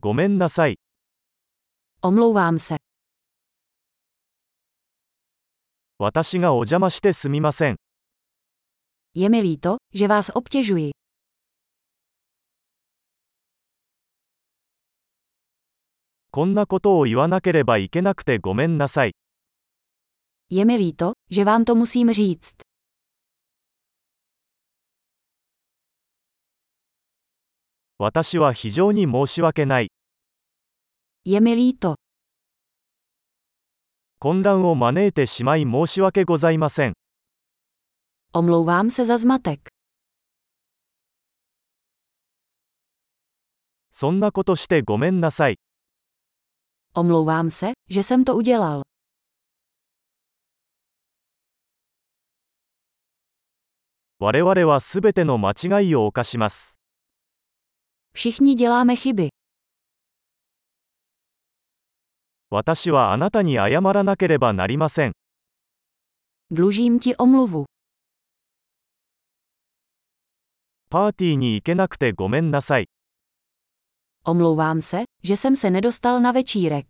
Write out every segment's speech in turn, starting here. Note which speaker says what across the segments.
Speaker 1: ごめんなさい。
Speaker 2: Omlouvám se.
Speaker 1: 私がお邪魔してすみません。
Speaker 2: Je mi líto, že vás obtěžuji.
Speaker 1: こんなことを言わなければいけなくてごめんなさい。
Speaker 2: Je mi líto, že vám to musím říct.
Speaker 1: 私は非常に申し訳ない。
Speaker 2: Je mi líto.
Speaker 1: 混乱を招いてしまい申し訳ございません。
Speaker 2: Omlouvám se za zmatek.
Speaker 1: そんなことしてごめんなさい。
Speaker 2: Omlouvám se, že jsem to udělal.
Speaker 1: 我々はすべての間違いを犯します。
Speaker 2: Všichni děláme chyby.
Speaker 1: 私はあなたに謝らなければなりません。
Speaker 2: Dlužím ti omluvu.
Speaker 1: パーティーに行けなくてごめんなさい。
Speaker 2: Omlouvám se, že jsem se nedostal na večírek.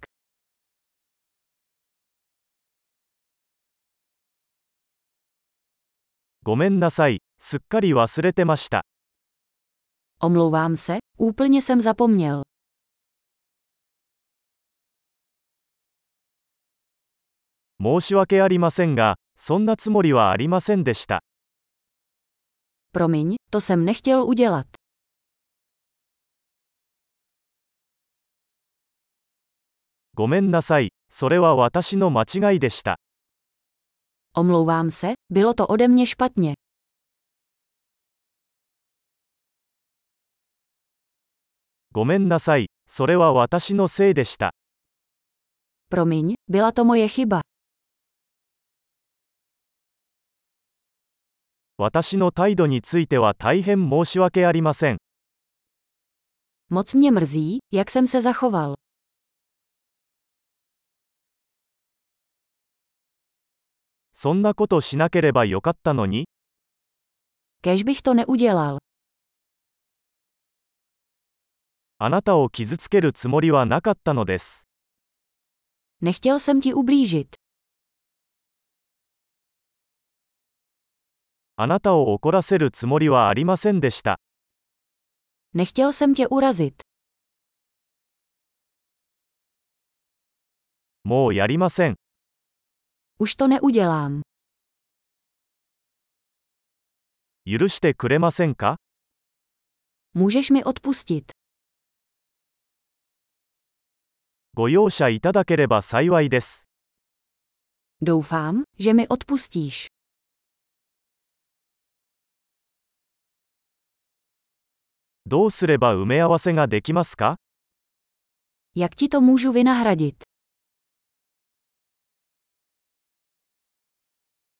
Speaker 1: ごめんなさい。すっかり忘れてました。
Speaker 2: Omlouvám se, úplně jsem zapomněl.
Speaker 1: 申し訳ありませんが、そんなつもりはありませんでした。
Speaker 2: Promiň, to jsem nechtěl udělat.
Speaker 1: ごめんなさい。それは私の間違いでした。
Speaker 2: Omlouvám se, bylo to ode mě špatně.
Speaker 1: ごめんなさい。それは私のせいでした。
Speaker 2: Promiň, byla to moje chyba.
Speaker 1: 私の態度については大変申し訳ありません。
Speaker 2: Moc mě mrzí, jak jsem se zachoval.
Speaker 1: そんなことしなければよかったのに、
Speaker 2: Kež bych to neudělal.
Speaker 1: あなたを傷つけるつもりはなかったのです。
Speaker 2: Nechtěl jsem ti ublížit.
Speaker 1: あなたを怒らせるつもりはありませんでした。
Speaker 2: Nechtěl jsem tě urazit.
Speaker 1: もうやりません。
Speaker 2: Už to neudělám.
Speaker 1: 許してくれませんか
Speaker 2: Můžeš mi odpustit.
Speaker 1: ご容赦いただければ幸いです。
Speaker 2: Doufám, že mi odpustíš.
Speaker 1: どうすれば埋め合わせができますか
Speaker 2: Jak ti to můžu vynahradit?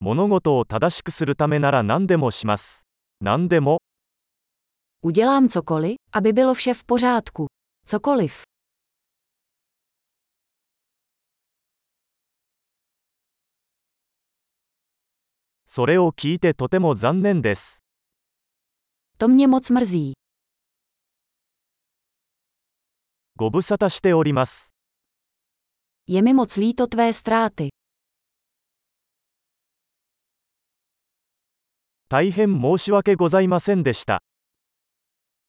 Speaker 1: 物事を正しくするためなら何でもします。何でも、
Speaker 2: Udělám cokoliv, aby bylo vše v pořádku. Cokoliv.
Speaker 1: それを聞いてとても残念です。
Speaker 2: To mě moc mrzí.
Speaker 1: ご無沙汰しております。
Speaker 2: Je mi moc líto tvé ztráty.
Speaker 1: 大変申し訳ございませんでした。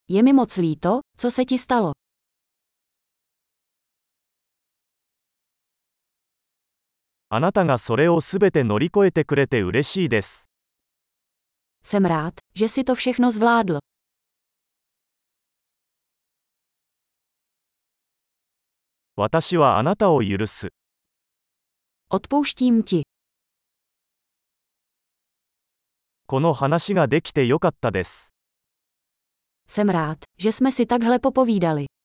Speaker 2: Je mi moc líto, co se ti stalo.
Speaker 1: あなたがそれをすべて乗り越えてくれて嬉しいです。
Speaker 2: Jsem rád, že si to všechno zvládl.
Speaker 1: 私はあなたを許す。
Speaker 2: Odpouštím ti.
Speaker 1: この話ができてよかったです。
Speaker 2: Jsem rád, že jsme si takhle popovídali.